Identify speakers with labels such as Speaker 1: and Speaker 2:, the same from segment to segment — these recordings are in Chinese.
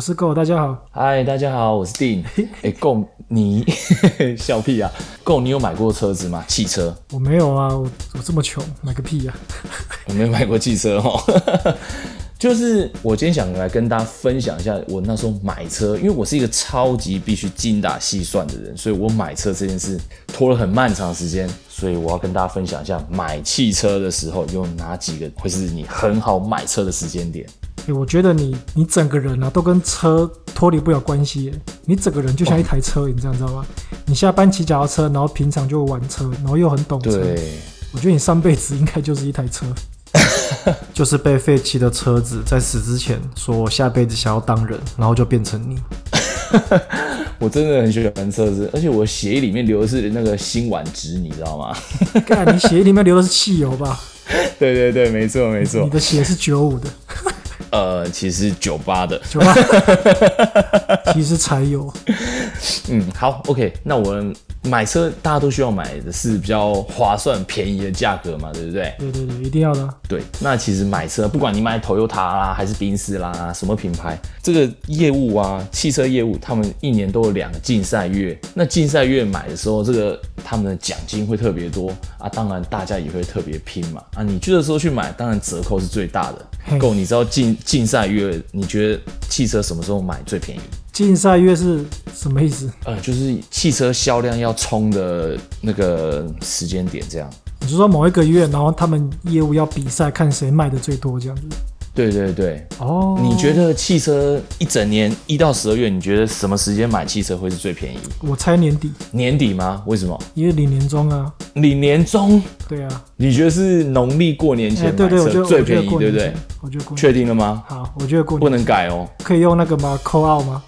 Speaker 1: 是 Go，大家好。
Speaker 2: 嗨，大家好，我是 Dean。哎、够你 笑屁啊！够你有买过车子吗？汽车？
Speaker 1: 我没有啊，我我这么穷，买个屁呀、
Speaker 2: 我没有买过汽车哦。 就是我今天想来跟大家分享一下我那时候买车，因为我是一个超级必须精打细算的人，所以我买车这件事拖了很漫长的时间，所以我要跟大家分享一下买汽车的时候有哪几个会是你很好买车的时间点。
Speaker 1: 欸我觉得你你整个人啊都跟车脱离不了关系耶，你整个人就
Speaker 2: 哦
Speaker 1: 像一台车，你这样知道吗？你下班骑脚踏车，然后平常就玩车，然后又很懂车。
Speaker 2: 对，
Speaker 1: 我觉得你上辈子应该就是一台 车。
Speaker 3: 就是被废弃的车子，在死之前说我下辈子想要当人，然后就变成你。
Speaker 2: 我真的很喜欢车子，而且我协议里面留的是那个新碗值，你知道吗？
Speaker 1: 干，你血液里面流的是汽油吧？
Speaker 2: 对对 对，哦没错没错
Speaker 1: 你。的血是九五的，
Speaker 2: 呃，其实酒吧的，
Speaker 1: 九八，其实是柴油。
Speaker 2: 嗯，好，OK，那我们买车大家都需要买的是比较划算、便宜的价格嘛，对不对？
Speaker 1: 对对对，一定要的啊、
Speaker 2: 对，那其实买车，不管你买 Toyota 啦，还是宾士啦，什么品牌，这个业务啊，汽车业务，他们一年都有两个竞赛月。那竞赛月买的时候，这个他们的奖金会特别多啊，当然大家也会特别拼嘛啊，你去的时候去买，当然折扣是最大
Speaker 1: 嘿
Speaker 2: 的。够，你知道竞竞赛月，你觉得汽车什么时候买最便宜？
Speaker 1: 竞赛月是什么意思？
Speaker 2: 呃，就是汽车销量要冲的那个时间点，这样。
Speaker 1: 你是说某一个月，然后他们业务要比赛，看谁卖的最多这样子？
Speaker 2: 对对对，
Speaker 1: 哦，
Speaker 2: 你觉得汽车一整年一到十二月，你觉得什么时间买汽车会是最便宜？
Speaker 1: 我猜年底，
Speaker 2: 年底吗？为什么？
Speaker 1: 因为领年终啊，
Speaker 2: 你年中，
Speaker 1: 对啊，
Speaker 2: 你觉得是农历过年
Speaker 1: 哎、
Speaker 2: 前
Speaker 1: 对
Speaker 2: 买
Speaker 1: 对，我觉
Speaker 2: 车
Speaker 1: 得
Speaker 2: 最
Speaker 1: 我觉
Speaker 2: 便
Speaker 1: 得
Speaker 2: 宜，
Speaker 1: 过
Speaker 2: 对
Speaker 1: 年
Speaker 2: 不对
Speaker 1: 前？，我觉得过年
Speaker 2: 确定了吗？
Speaker 1: 好，我觉得过
Speaker 2: 不
Speaker 1: 年
Speaker 2: 能改哦，
Speaker 1: 可以用那个吗？扣二 吗？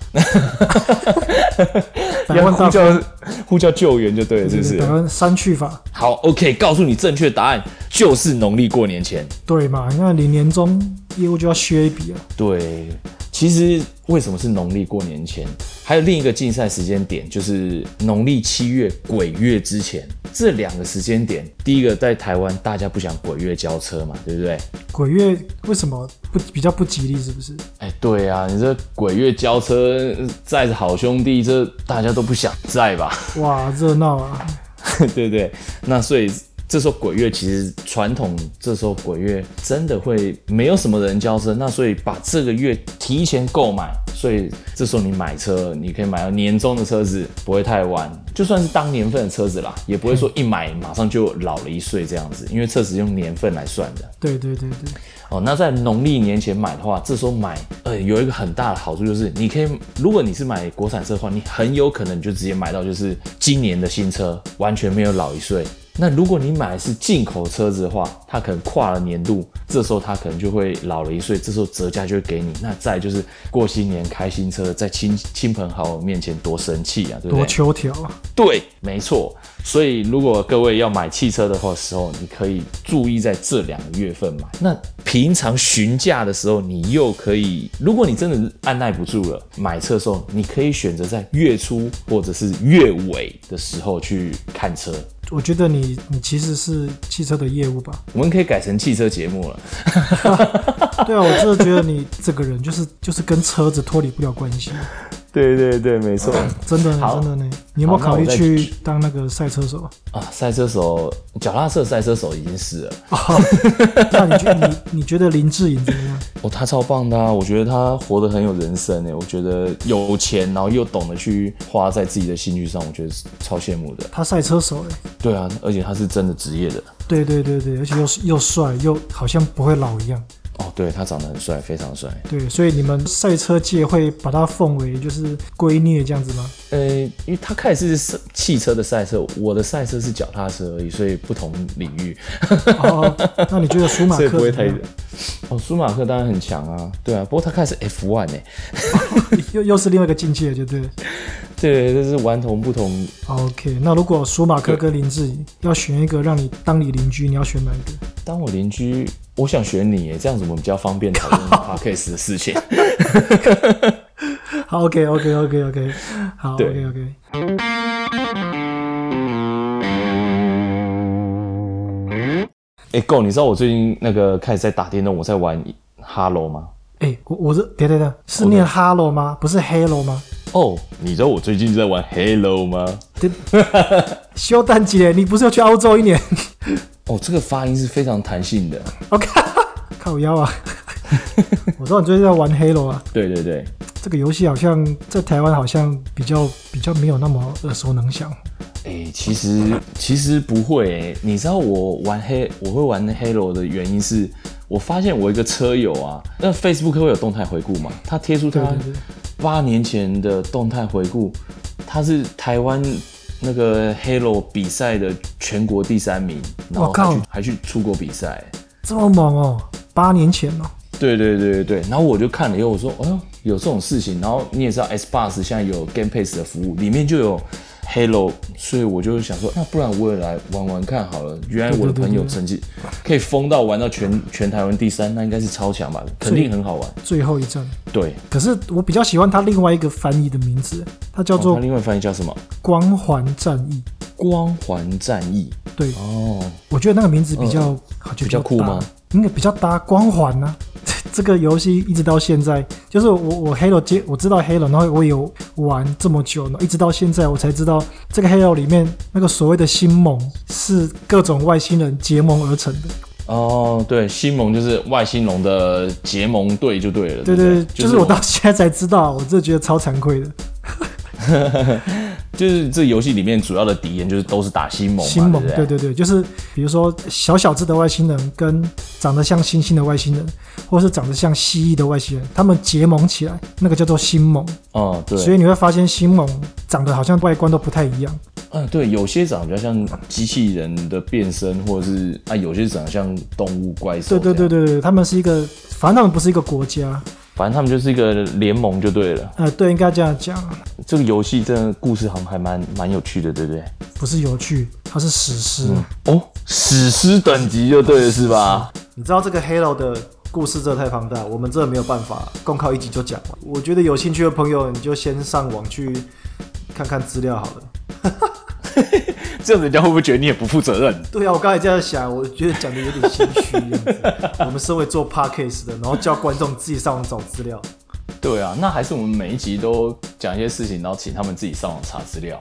Speaker 1: 百
Speaker 2: 要
Speaker 1: 万
Speaker 2: 呼
Speaker 1: 大法，
Speaker 2: 叫呼叫救援就对了，是不
Speaker 1: 对对
Speaker 2: 是
Speaker 1: 对？百万删去法，
Speaker 2: 好，OK，告诉你正确答案就是农历过年前。
Speaker 1: 对嘛？那领年终业务就要削一笔啊，
Speaker 2: 对，其实为什么是农历过年前？还有另一个竞赛时间点，就是农历七月鬼月之前。这两个时间点，第一个在台湾，大家不想鬼月交车嘛，对不对？
Speaker 1: 鬼月为什么不比较不吉利？是不是？
Speaker 2: 哎，对啊，你这鬼月交车载着好兄弟，这大家都不想载吧？
Speaker 1: 哇，热闹啊！
Speaker 2: 对不对？那所以这时候鬼月其实传统这时候鬼月真的会没有什么人交车，那所以把这个月提前购买，所以这时候你买车，你可以买到年终的车子，不会太晚，就算是当年份的车子啦，也不会说一买马上就老了一岁这样子，因为车子用年份来算的。
Speaker 1: 对对对对，
Speaker 2: 哦，那在农历年前买的话，这时候买，呃，有一个很大的好处就是，你可以，如果你是买国产车的话，你很有可能你就直接买到就是今年的新车，完全没有老一岁。那如果你买的是进口车子的话，它可能跨了年度，这时候它可能就会老了一岁，这时候折价就会给你。那再来就是过新年开新车，在亲亲朋好友面前多生气啊，对不
Speaker 1: 多
Speaker 2: 对？
Speaker 1: 秋条啊！
Speaker 2: 对，没错。所以如果各位要买汽车的话时候，你可以注意在这两个月份买。那平常询价的时候，你又可以，如果你真的按耐不住了，买车的时候，你可以选择在月初或者是月尾的时候去看车。
Speaker 1: 我觉得你你其实是汽车的业务吧？
Speaker 2: 我们可以改成汽车节目了。
Speaker 1: 对啊，我真的觉得你这个人 就是就是跟车子脱离不了关系，
Speaker 2: 对对对，没错。
Speaker 1: 真的呢
Speaker 2: 好
Speaker 1: 真的呢。你有没有
Speaker 2: 好
Speaker 1: 考虑
Speaker 2: 那我再
Speaker 1: 去当那个赛车 手？
Speaker 2: 啊，赛车手，脚踏车赛车手已经是了。
Speaker 1: 那你觉你你觉得林志颖怎么样？
Speaker 2: 哦，他超棒的、啊，我觉得他活得很有人生欸诶，我觉得有钱，然后又懂得去花在自己的兴趣上，我觉得是超羡慕的。
Speaker 1: 他赛车手哎、
Speaker 2: 对啊，而且他是真的职业的。
Speaker 1: 对对对对，而且又又帅，又好像不会老一样。
Speaker 2: 哦，对他长得很帅，非常帅。
Speaker 1: 对，所以你们赛车界会把他奉为就是圭臬这样子吗？
Speaker 2: 呃，因为他开始是汽车的赛车，我的赛车是脚踏车而已，所以不同领域，
Speaker 1: 哦，那你觉得舒马
Speaker 2: 所以
Speaker 1: 克
Speaker 2: 不会
Speaker 1: 怎么
Speaker 2: 太
Speaker 1: 样
Speaker 2: 远。哦，舒马克当然很强啊，对啊，不过他开始 F1 呢，
Speaker 1: 又又是另外一个境界，对不对
Speaker 2: 对，这是顽童不同
Speaker 1: ？OK，那如果舒马克跟林志颖要选一个让你当你邻居，你要选哪一个？
Speaker 2: 当我邻居，我想选你耶，欸这样子我们比较方便讨 论 podcast 的事情。
Speaker 1: 好，OK OK OK OK，好
Speaker 2: 对
Speaker 1: ，OK OK。
Speaker 2: 哎、g o 你知道我最近那个开始在打电动，我在玩哈喽吗？
Speaker 1: 哎、我我是等一下等一下是念 Hello 吗？不是 Hello 吗？
Speaker 2: 哦，你知道我最近在玩 Halo 吗？
Speaker 1: 修蛋姐，你不是要去澳洲一年？
Speaker 2: 哦，这个发音是非常弹性的。
Speaker 1: 我靠，靠腰啊！我知道你最近在玩 Halo 啊，
Speaker 2: 对对对，
Speaker 1: 这个游戏好像在台湾好像比较比较没有那么耳熟能详。
Speaker 2: 哎、其实其实不会、欸，你知道我玩黑我会玩 Halo 的原因是，我发现我一个车友啊，那 Facebook 会有动态回顾嘛，他贴出他
Speaker 1: 对对对
Speaker 2: 八年前的动态回顾，他是台湾那个 Halo 比赛的全国第三名，然后
Speaker 1: 我靠
Speaker 2: 还去还去出国比赛、
Speaker 1: 这么猛哦，八年前哦，
Speaker 2: 对对对对对，然后我就看了以后，我说，哎呦，有这种事情。然后你也知道，S Bus 现在有 Game Pass 的服务，里面就有 Halo，所以我就想说，那不然我也来玩玩看好了。原来我的朋友成绩可以疯到玩到全全台湾第三，那应该是超强吧？肯定很好玩。
Speaker 1: 最后一战。
Speaker 2: 对，
Speaker 1: 可是我比较喜欢它另外一个翻译的名字，它叫
Speaker 2: 它
Speaker 1: 做
Speaker 2: 另外翻译叫什么？
Speaker 1: “光环战役
Speaker 2: 光环战役。”。
Speaker 1: 对，
Speaker 2: 哦，嗯
Speaker 1: 我觉得那个名字比较好，就
Speaker 2: 比较酷
Speaker 1: 搭
Speaker 2: 吗？
Speaker 1: 应该比较搭光环呢、 这个游戏一直到现在，就是我我 Halo 接我知道 Halo，然后我有玩这么久，然后一直到现在我才知道这个 Halo 里面那个所谓的星盟是各种外星人结盟而成的。
Speaker 2: 哦，对，星盟就是外星龙的结盟队就对了。
Speaker 1: 对
Speaker 2: 对
Speaker 1: 对
Speaker 2: 不
Speaker 1: 对，就是我到现在才知道，我真的觉得超惭愧的。
Speaker 2: 就是这游戏里面主要的敌人就是都是打星盟嘛，
Speaker 1: 星盟
Speaker 2: 对，不
Speaker 1: 对对对，就是比如说小小只的外星人跟长得像猩猩的外星人，或是长得像蜥蜴的外星人，他们结盟起来，那个叫做星盟。
Speaker 2: 哦，对。
Speaker 1: 所以你会发现星盟长得好像外观都不太一样。
Speaker 2: 嗯，对，有些长得比较像机器人的变身，或者是啊，有些长得像动物怪兽。
Speaker 1: 对对对，对对，他们是一个，反正他们不是一个国家。
Speaker 2: 反正他们就是一个联盟就对了。
Speaker 1: 呃，对，应该这样讲，
Speaker 2: 这个游戏真的故事好像还蛮蛮有趣的，对不对？
Speaker 1: 不是有趣，它是史诗。
Speaker 2: 哦，史诗等级就对了，是吧？
Speaker 3: 你知道这个 Halo 的故事真的太庞大，我们真的没有办法光靠一集就讲完。我觉得有兴趣的朋友，你就先上网去看看资料好了。
Speaker 2: 这样子人家会不会觉得你也不负责任？
Speaker 3: 对啊，我刚才这样想，我觉得讲的有点心虚这样 子。我们身为做 podcast 的，然后叫观众自己上网找资料，
Speaker 2: 对啊，那还是我们每一集都讲一些事情，然后请他们自己上网查资 料。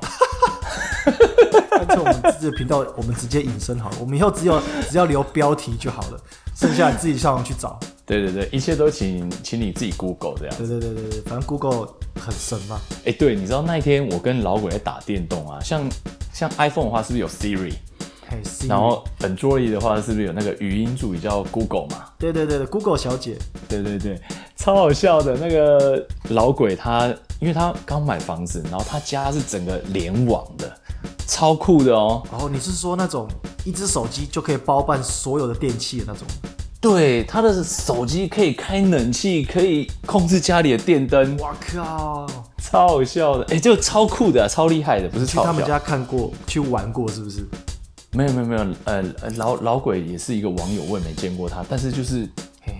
Speaker 3: 干脆我们自己的频道，我们直接隐身好了。我们以后只有只要留标题就好了，剩下你自己上网去找。
Speaker 2: 对对对，一切都请请你自己 Google 这样。
Speaker 3: 对对对对对，反正 Google 很神嘛。
Speaker 2: 哎、对，你知道那一天我跟老鬼在打电动啊，像像 iPhone 的话，是不是有 Siri？
Speaker 3: 嘿，Siri
Speaker 2: 然后 Android 的话，是不是有那个语音助理叫 Google 嘛？
Speaker 3: 对对对对，Google 小姐，
Speaker 2: 对对对，超好笑的。那个老鬼他，因为他刚买房子，然后他家是整个联网的，超酷的哦。
Speaker 3: 然后你是说那种一只手机就可以包办所有的电器的那种？
Speaker 2: 对，他的手机可以开冷气，可以控制家里的电灯，
Speaker 3: 哇靠！
Speaker 2: 超好笑的。哎、就超酷的啊、超厉害的，不是
Speaker 3: 去
Speaker 2: 超
Speaker 3: 他
Speaker 2: 好
Speaker 3: 们
Speaker 2: 笑。
Speaker 3: 家看过，去玩过是不是？
Speaker 2: 没有没有没有，呃，呃老老鬼也是一个网友，我也没见过他，但是就是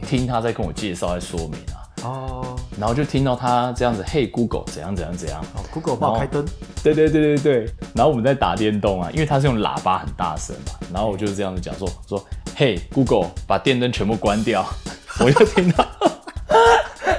Speaker 2: 听他在跟我介绍，在说明啊。
Speaker 3: 哦，
Speaker 2: 然后就听到他这样子，嘿 Google 怎样怎样怎样，
Speaker 3: 哦，Google 帮我开灯，
Speaker 2: 对对对对对。然后我们在打电动啊，因为他是用喇叭很大声嘛，然后我就是这样子讲说说，嘿 Google 把电灯全部关掉， 我就听到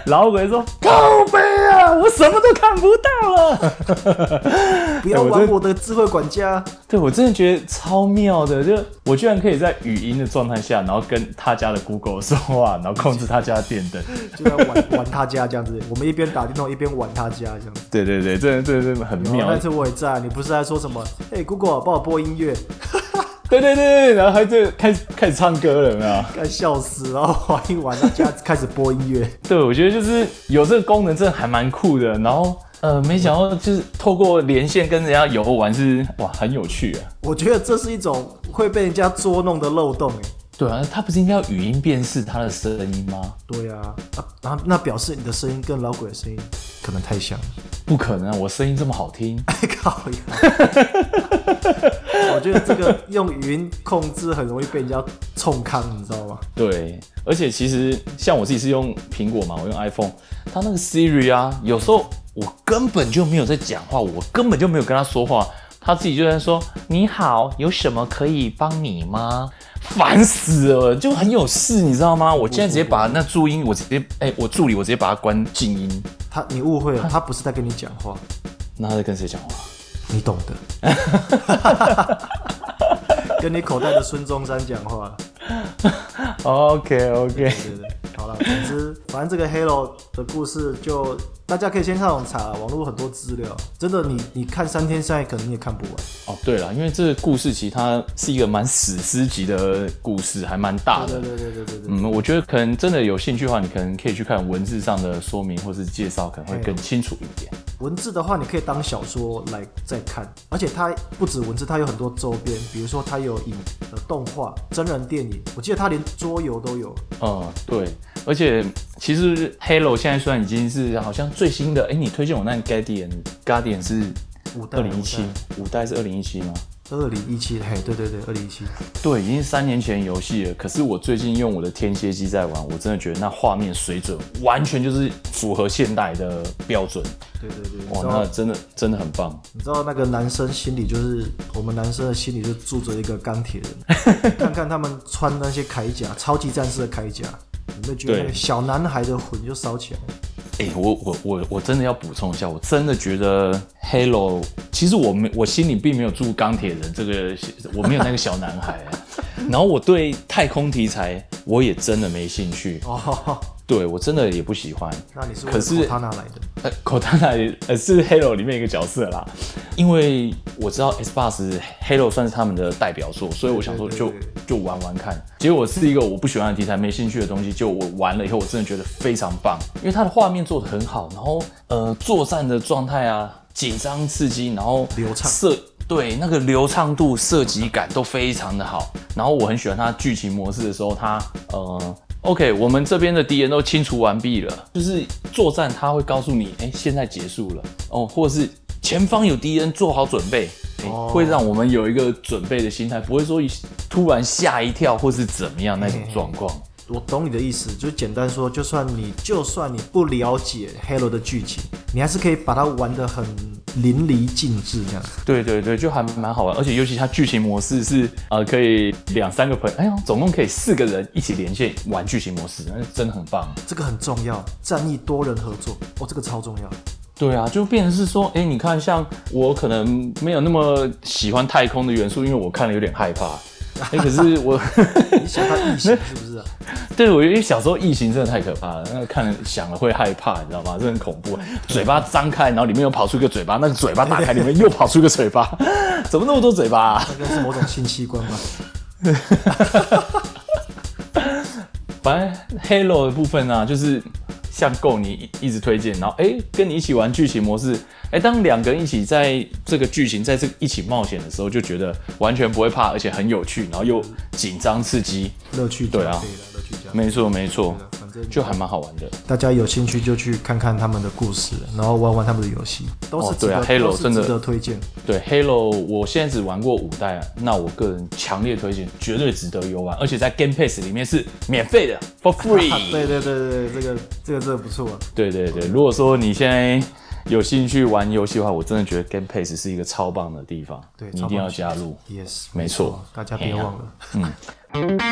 Speaker 2: 老鬼说靠背啊，我什么都看不到了。
Speaker 3: 不要
Speaker 2: 哎我
Speaker 3: 玩
Speaker 2: 这
Speaker 3: 我的智慧管家。
Speaker 2: 对我真的觉得超妙的，就我居然可以在语音的状态下，然后跟他家的 Google 说话，然后控制他家的电灯。
Speaker 3: 就在玩玩他家这样子，我们一边打电动一边玩他家 这样子。
Speaker 2: 对对对，真的真的真的很
Speaker 3: 然
Speaker 2: 妙
Speaker 3: 后那。次我也在，你不是在说什么？哎、g o o g l e 帮我播音乐，
Speaker 2: 对对对对，然后他就开始开始唱歌了，有没有？
Speaker 3: 该笑死！然后玩一玩，他家开始播音乐，
Speaker 2: 对，我觉得就是有这个功能，真的还蛮酷的。然后呃，没想到就是透过连线跟人家游玩是哇，很有趣啊。
Speaker 3: 我觉得这是一种会被人家捉弄的漏洞哎、
Speaker 2: 对啊，他不是应该要语音辨识他的声音吗？
Speaker 3: 对啊，啊，然后那表示你的声音跟老鬼的声音可能太像 了。
Speaker 2: 不可能啊，我声音这么好听。
Speaker 3: 靠呀！我觉得这个用语音控制很容易被人家冲康，你知道吗？
Speaker 2: 对，而且其实像我自己是用苹果嘛，我用 iPhone，它那个 Siri 啊，有时候我根本就没有在讲话，我根本就没有跟他说话，他自己就在说：“你好，有什么可以帮你吗？”烦死了，就很有事，你知道吗？我现在直接把那注音，我直接哎、我助理我直接把它关静音，
Speaker 1: 他你误会了，他不是在跟你讲话，
Speaker 2: 那他在跟谁讲话？
Speaker 1: 你懂的， 跟你口袋的孙中山讲话。
Speaker 2: OK OK，
Speaker 1: 对对对，好了，总之，反正这个 Halo 的故事就大家可以先上网查，网络很多资料，真的你你看三天下来可能你也看不完。
Speaker 2: 哦对了，因为这个故事其实它是一个蛮史诗级的故事，还蛮大的。
Speaker 1: 啊对对对对对，
Speaker 2: 嗯，我觉得可能真的有兴趣的话，你可能可以去看文字上的说明或是介绍，可能会更清楚一点。
Speaker 1: 文字的话你可以当小说来再看，而且它不止文字，它有很多周边，比如说它有影、呃、动画、真人电影，我记得它连桌游都有。
Speaker 2: 嗯，对，而且其实 Halo 现在虽然已经是好像最新的，哎，你推荐我那 Guardian Guardian 是
Speaker 1: 五代
Speaker 2: 二零一七，五代是二零一七吗？
Speaker 1: 二零一七，嘿，对对对，二零一七，
Speaker 2: 对，已经三年前的游戏了。可是我最近用我的天蝎机在玩，我真的觉得那画面水准完全就是符合现代的标准，
Speaker 1: 对对对，你
Speaker 2: 哇，
Speaker 1: 知
Speaker 2: 那
Speaker 1: 道
Speaker 2: 真的真的很棒。
Speaker 1: 你知道那个男生心里就是我们男生的心里就住着一个钢铁 人，看看他们穿那些铠甲，超级战士的铠甲，你会觉得那个
Speaker 2: 对
Speaker 1: 小男孩的魂就烧起来了。
Speaker 2: 哎、我我我我真的要补充一下，我真的觉得 Halo，其实我没我心里并没有住钢铁人这个，我没有那个小男孩、啊 然后我对太空题材我也真的没兴趣，
Speaker 1: 哦，
Speaker 2: 对我真的也不喜欢。
Speaker 1: 那你是
Speaker 2: 可是
Speaker 1: 他哪来的？
Speaker 2: 呃，口袋奶呃是 Halo 里面一个角色啦，因为我知道 S b o s Halo 算是他们的代表作，所以我想说
Speaker 1: 对对
Speaker 2: 就
Speaker 1: 对
Speaker 2: 就玩玩看。结果是一个我不喜欢的题材、没兴趣的东西，就我玩了以后，我真的觉得非常棒，因为它的画面做的很好，然后呃作战的状态啊紧张刺激，然后
Speaker 1: 流畅
Speaker 2: 射对那个流畅度、射击感都非常的好。然后我很喜欢它剧情模式的时候，它呃。OK，我们这边的敌人都清除完毕了，就是作战，它会告诉你，哎、现在结束了哦，或者是前方有敌人，做好准备，哎
Speaker 1: 哦
Speaker 2: 会让我们有一个准备的心态，不会说一突然吓一跳或是怎么样那种状况。
Speaker 1: 我懂你的意思，就简单说，就算你就算你不了解 Halo 的剧情，你还是可以把它玩得很淋漓尽致这样子。
Speaker 2: 对对对，就还蛮好玩，而且尤其它剧情模式是呃，可以两三个朋友，哎呀，总共可以四个人一起连线玩剧情模式，那真的很棒。
Speaker 1: 这个很重要，战役多人合作，哦，这个超重要。
Speaker 2: 对啊，就变成是说，哎，你看，像我可能没有那么喜欢太空的元素，因为我看了有点害怕。哎，可是我，
Speaker 1: 你想到异形是不是啊？
Speaker 2: 对我因为小时候异形真的太可怕了，那个看了想了会害怕，你知道吗？这很恐怖，嘴巴张开，然后里面又跑出一个嘴巴，那个嘴巴打开，里面又跑出一个嘴巴， 怎么那么多嘴巴、啊？
Speaker 1: 那个是某种性器官吧？
Speaker 2: 反正 Halo 的部分啊，就是像 Go 你一直推荐，然后哎、诶跟你一起玩剧情模式，哎、当两个人一起在这个剧情在这个一起冒险的时候，就觉得完全不会怕，而且很有趣，然后又紧张刺激。
Speaker 1: 乐趣加
Speaker 2: 对
Speaker 1: 倍
Speaker 2: 啊
Speaker 1: 了，乐趣加倍。
Speaker 2: 没错没错
Speaker 1: 对啊，反正
Speaker 2: 就还蛮好玩的。
Speaker 1: 大家有兴趣就去看看他们的故事，然后玩玩他们的游戏，都是
Speaker 2: 哦
Speaker 1: 值
Speaker 2: 对
Speaker 1: 得、
Speaker 2: 啊，Halo
Speaker 1: 都是
Speaker 2: 真的
Speaker 1: 值得推荐。
Speaker 2: 对 Halo，我现在只玩过五代啊，那我个人强烈推荐，绝对值得游玩，而且在 Game Pass 里面是免费的，for
Speaker 1: 啊
Speaker 2: free。
Speaker 1: 对对对对，这个这个真的不错、啊。
Speaker 2: 对对对，如果说你现在有兴趣玩游戏的话，我真的觉得 Game Pass 是一个超棒的地方，
Speaker 1: 对超
Speaker 2: 你一
Speaker 1: 棒
Speaker 2: 定要
Speaker 1: 的
Speaker 2: 加入。
Speaker 1: Yes，
Speaker 2: 没错
Speaker 1: 大家别忘了。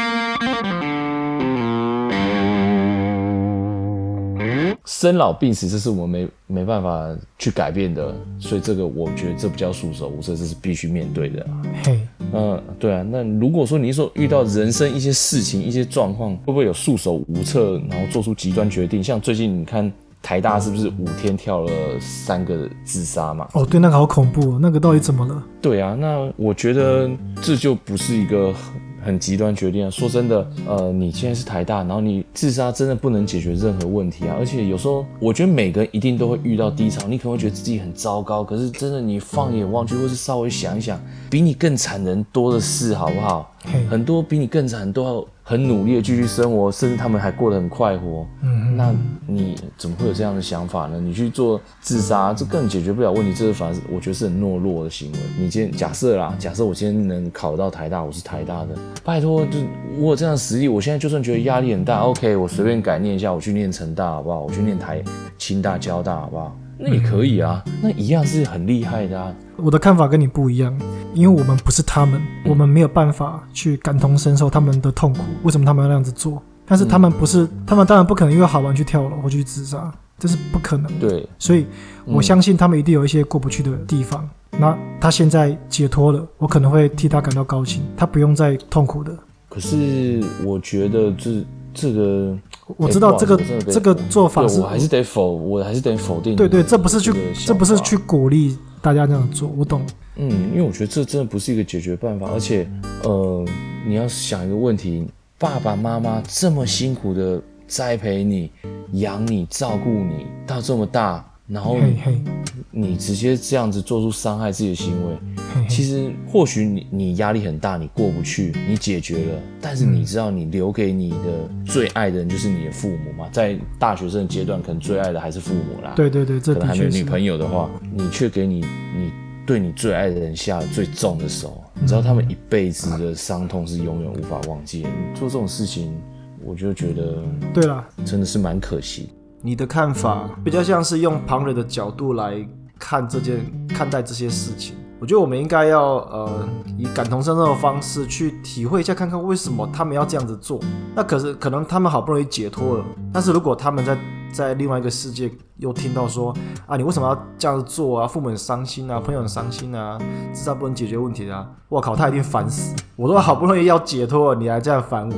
Speaker 2: 生老病死，这是我们没没办法去改变的，
Speaker 1: 嗯
Speaker 2: 所以这个我觉得这不叫束手无策，这是必须面对的啊。
Speaker 4: 嘿，
Speaker 2: 嗯，对啊。那如果说你说遇到人生一些事情、一些状况，会不会有束手无策，然后做出极端决定？像最近你看台大是不是五天跳了三个自杀嘛？
Speaker 4: 哦，对，那个好恐怖、哦，那个到底怎么了？
Speaker 2: 对啊，那我觉得这就不是一个很很极端决定啊。说真的，呃，你现在是台大，然后你自杀真的不能解决任何问题啊。而且有时候，我觉得每个人一定都会遇到低潮，你可能会觉得自己很糟糕，可是真的你放眼望去，或是稍微想一想，比你更惨的人多的是，好不好
Speaker 4: 嘿？
Speaker 2: 很多比你更惨都要很努力的继续生活，甚至他们还过得很快活。
Speaker 4: 嗯，
Speaker 2: 那你怎么会有这样的想法呢？你去做自杀，这更解决不了问题，这是反而是我觉得是很懦弱的行为。你今天假设啦，假设我今天能考到台大，我是台大的，拜托，就我有这样的实力，我现在就算觉得压力很大，OK，我随便改念一下，我去念成大好不好？我去念台清大、交大好不好？那也可以啊，那一样是很厉害的啊。
Speaker 4: 我的看法跟你不一样，
Speaker 1: 因为我们不是他们，
Speaker 2: 嗯
Speaker 1: 我们没有办法去感同身受他们的痛苦，为什么他们要那样子做？但是他们不是，
Speaker 2: 嗯
Speaker 1: 他们当然不可能因为好玩去跳楼或去自杀，这是不可能的。
Speaker 2: 对，
Speaker 1: 所以我
Speaker 2: 嗯
Speaker 1: 相信他们一定有一些过不去的地方。那他现在解脱了，我可能会替他感到高兴，他不用再痛苦的。
Speaker 2: 可是我觉得这这个，
Speaker 1: 我
Speaker 2: 哎
Speaker 1: 知道
Speaker 2: 不
Speaker 1: 这
Speaker 2: 好意
Speaker 1: 个
Speaker 2: 思我真的被
Speaker 1: 这个做法
Speaker 2: 对
Speaker 1: 是
Speaker 2: 我还是得否，我还是得否定。
Speaker 1: 对对，这不是去
Speaker 2: 这个想法
Speaker 1: 这不是去鼓励大家这样做，我懂。
Speaker 2: 嗯，因为我觉得这真的不是一个解决办
Speaker 1: 嗯
Speaker 2: 法，而且，呃，你要想一个问题，爸爸妈妈这么辛苦的栽培你、养你、照顾你到这么大，然后
Speaker 1: 嘿嘿
Speaker 2: 你直接这样子做出伤害自己的行为，
Speaker 1: 嘿
Speaker 2: 其
Speaker 1: 嘿，
Speaker 2: 实或许你你压力很大，你过不去，你解决了，但是你
Speaker 1: 嗯
Speaker 2: 知道你留给你的最爱的人就是你的父母嘛，在大学生的阶段，可能最爱的还是父母啦。
Speaker 1: 对对对，这
Speaker 2: 可
Speaker 1: 的
Speaker 2: 能还没有
Speaker 1: 确
Speaker 2: 女
Speaker 1: 是。
Speaker 2: 朋友的话，你却给你你对你最爱的人下了最重的手，
Speaker 1: 嗯
Speaker 2: 你知道他们一辈子的伤痛是永远无法忘记的。你做这种事情，我就觉得
Speaker 1: 对啦，
Speaker 2: 真的是蛮可惜。
Speaker 3: 你的看法比较像是用旁人的角度来看这件、看待这些事情。我觉得我们应该要呃，以感同身受的方式去体会一下，看看为什么他们要这样子做。那可是可能他们好不容易解脱了，但是如果他们在在另外一个世界又听到说啊，你为什么要这样子做啊？父母很伤心
Speaker 1: 嗯
Speaker 3: 啊，朋友很伤心啊，自杀不能解决问题啊！我靠，他一定烦死！我都好不容易要解脱了，你还这样烦我。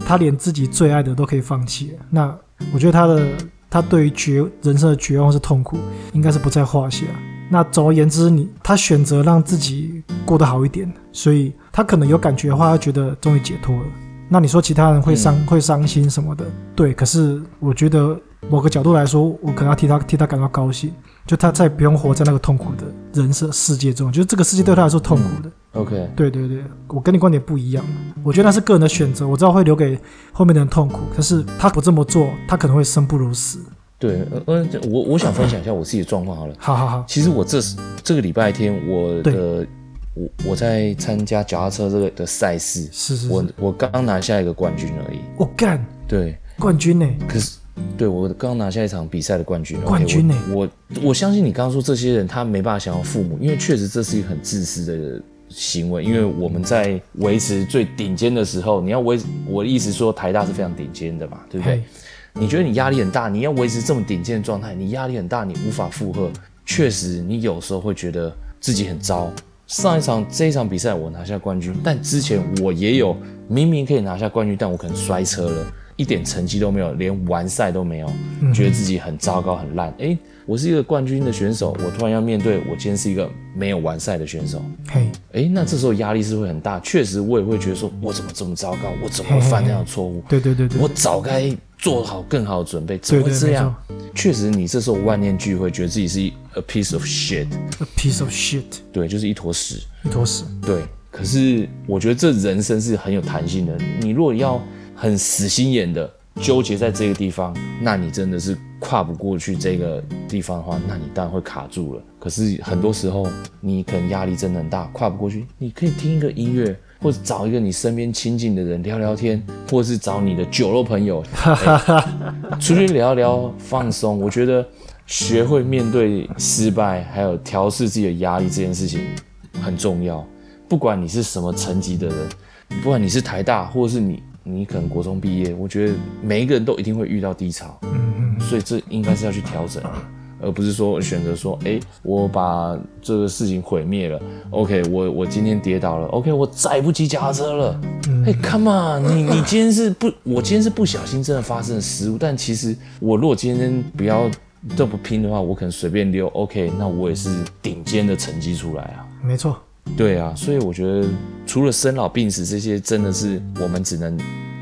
Speaker 1: 他连自己最爱的都可以放弃了，那我觉得他的他对于绝人生的绝望是痛苦，应该是不在话下。那总而言之，你他选择让自己过得好一点，所以他可能有感觉的话，他觉得终于解脱了。那你说其他人会
Speaker 3: 嗯
Speaker 1: 伤、会伤心什么的，对。可是我觉得某个角度来说，我可能要替他替他感到高兴，就他再也不用活在那个痛苦的人生世界中，就是这个世界对他来说痛苦的。
Speaker 2: OK，
Speaker 1: 对对对，我跟你观点不一样，我觉得那是个人的选择，我知道会留给后面的人痛苦，可是他不这么做，他可能会生不如死。
Speaker 2: 对，呃呃，我我想分享一下我自己的状况好了。
Speaker 1: 好好好，
Speaker 2: 其实我这
Speaker 1: 嗯
Speaker 2: 这个礼拜天，我的我我在参加脚踏车这个的赛事，
Speaker 1: 是是
Speaker 2: 我
Speaker 1: 是，
Speaker 2: 我刚拿下一个冠军而已。
Speaker 1: 我干
Speaker 2: 对，
Speaker 1: 冠军呢、
Speaker 2: 可是，对我刚拿下一场比赛的冠军，
Speaker 1: 冠军
Speaker 2: OK，
Speaker 1: 欸
Speaker 2: 我我我相信你刚刚说这些人，他没办法想要父母，因为确实这是一个很自私的行为。因为我们在维持最顶尖的时候，你要维，我的意思说台大是非常顶尖的嘛，对不对
Speaker 1: 嘿？
Speaker 2: 你觉得你压力很大，你要维持这么顶尖的状态，你压力很大，你无法负荷，确实你有时候会觉得自己很糟。上一场这一场比赛我拿下冠军，但之前我也有明明可以拿下冠军，但我可能摔车了，一点成绩都没有，连完赛都没有，觉得自己很糟糕很烂。诶，我是一个冠军的选手，我突然要面对我今天是一个没有完赛的选手，
Speaker 1: 嘿，
Speaker 2: 诶，那这时候压力是会很大。确实，我也会觉得说，我怎么这么糟糕，我怎么会犯这样的错误？
Speaker 1: 对对对对
Speaker 2: 我，早该做好更好的准备，怎么会
Speaker 1: 对对
Speaker 2: 这样？确实，你这时候万念俱灰，觉得自己是一 a piece of shit，
Speaker 1: a piece of shit，
Speaker 2: 对，就是一坨屎，
Speaker 1: 一坨屎。
Speaker 2: 对。可是我觉得这人生是很有弹性的，你如果要很死心眼的纠结在这个地方，那你真的是跨不过去这个地方的话，那你当然会卡住了。可是很多时候，你可能压力真的很大，跨不过去，你可以听一个音乐。或者找一个你身边亲近的人聊聊天，或者是找你的酒肉朋友，出去聊聊放松，我觉得学会面对失败，还有调试自己的压力这件事情很重要。不管你是什么层级的人，不管你是台大，或者是你你可能国中毕业，我觉得每一个人都一定会遇到低潮，所以这应该是要去调整的。而不是说选择说，诶，我把这个事情毁灭了，OK，我我今天跌倒了，OK，我再也不骑脚踏车了。哎、c o m e on，你你今天是不，我今天是不小心真的发生了失误，但其实我如果今天不要这么拼的话，我可能随便溜，OK，那我也是顶尖的成绩出来啊。
Speaker 1: 没错，
Speaker 2: 对啊，所以我觉得除了生老病死这些，真的是我们只能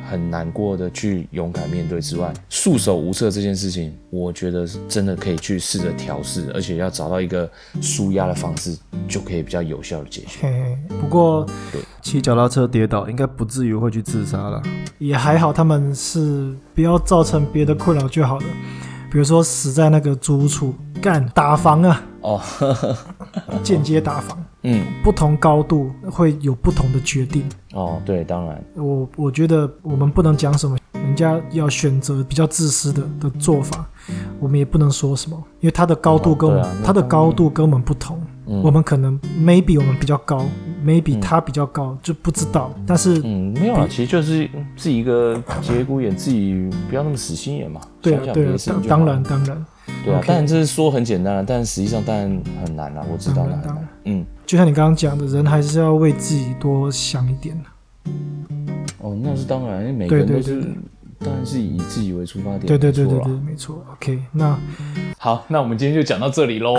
Speaker 2: 很难过的去勇敢面对之外，束手无策这件事情，我觉得是真的可以去试着调试，而且要找到一个舒压的方式，就可以比较有效的解决。
Speaker 1: 嘿嘿。不过
Speaker 3: 骑脚踏车跌倒，应该不至于会去自杀了。
Speaker 1: 也还好，他们是不要造成别的困扰就好了。比如说死在那个租屋处，干打房啊，
Speaker 2: 哦，呵呵
Speaker 3: 啊
Speaker 1: 间接打房，
Speaker 2: 嗯，
Speaker 1: 不同高度会有不同的决定。
Speaker 2: 哦，对，当然，
Speaker 1: 我我觉得我们不能讲什么，人家要选择比较自私的的做法，我们也不能说什么，因为他的高度跟我们，
Speaker 2: 哦对啊那嗯
Speaker 1: 他的
Speaker 2: 当然
Speaker 1: 高度跟我们不同，我们可能 maybe 我们比较高，maybe 他比较高，就不知道。但是
Speaker 2: 嗯，没有啊，其实就是自己一个节骨眼，自己不要那么死心眼嘛。
Speaker 1: 对啊
Speaker 2: 想，想
Speaker 1: 对
Speaker 2: 别
Speaker 1: 啊
Speaker 2: 的事，情
Speaker 1: 当
Speaker 2: 就
Speaker 1: 当
Speaker 2: 好
Speaker 1: 然当然，
Speaker 2: 对啊
Speaker 1: OK。
Speaker 2: 但这是说很简单了，但实际上当然很难了，我知道
Speaker 1: 当
Speaker 2: 那
Speaker 1: 然
Speaker 2: 很
Speaker 1: 当
Speaker 2: 难
Speaker 1: 然。
Speaker 2: 嗯，
Speaker 1: 就像你刚刚讲的，人还是要为自己多想一点。
Speaker 2: 哦，那是当然，因为每个人
Speaker 1: 对
Speaker 2: 都
Speaker 1: 对
Speaker 2: 是
Speaker 1: 对对，
Speaker 2: 当然是以自己为出发点。
Speaker 1: 对对对对
Speaker 2: 没错啦啊
Speaker 1: 对，没错。OK，那
Speaker 2: 好，那我们今天就讲到这里喽。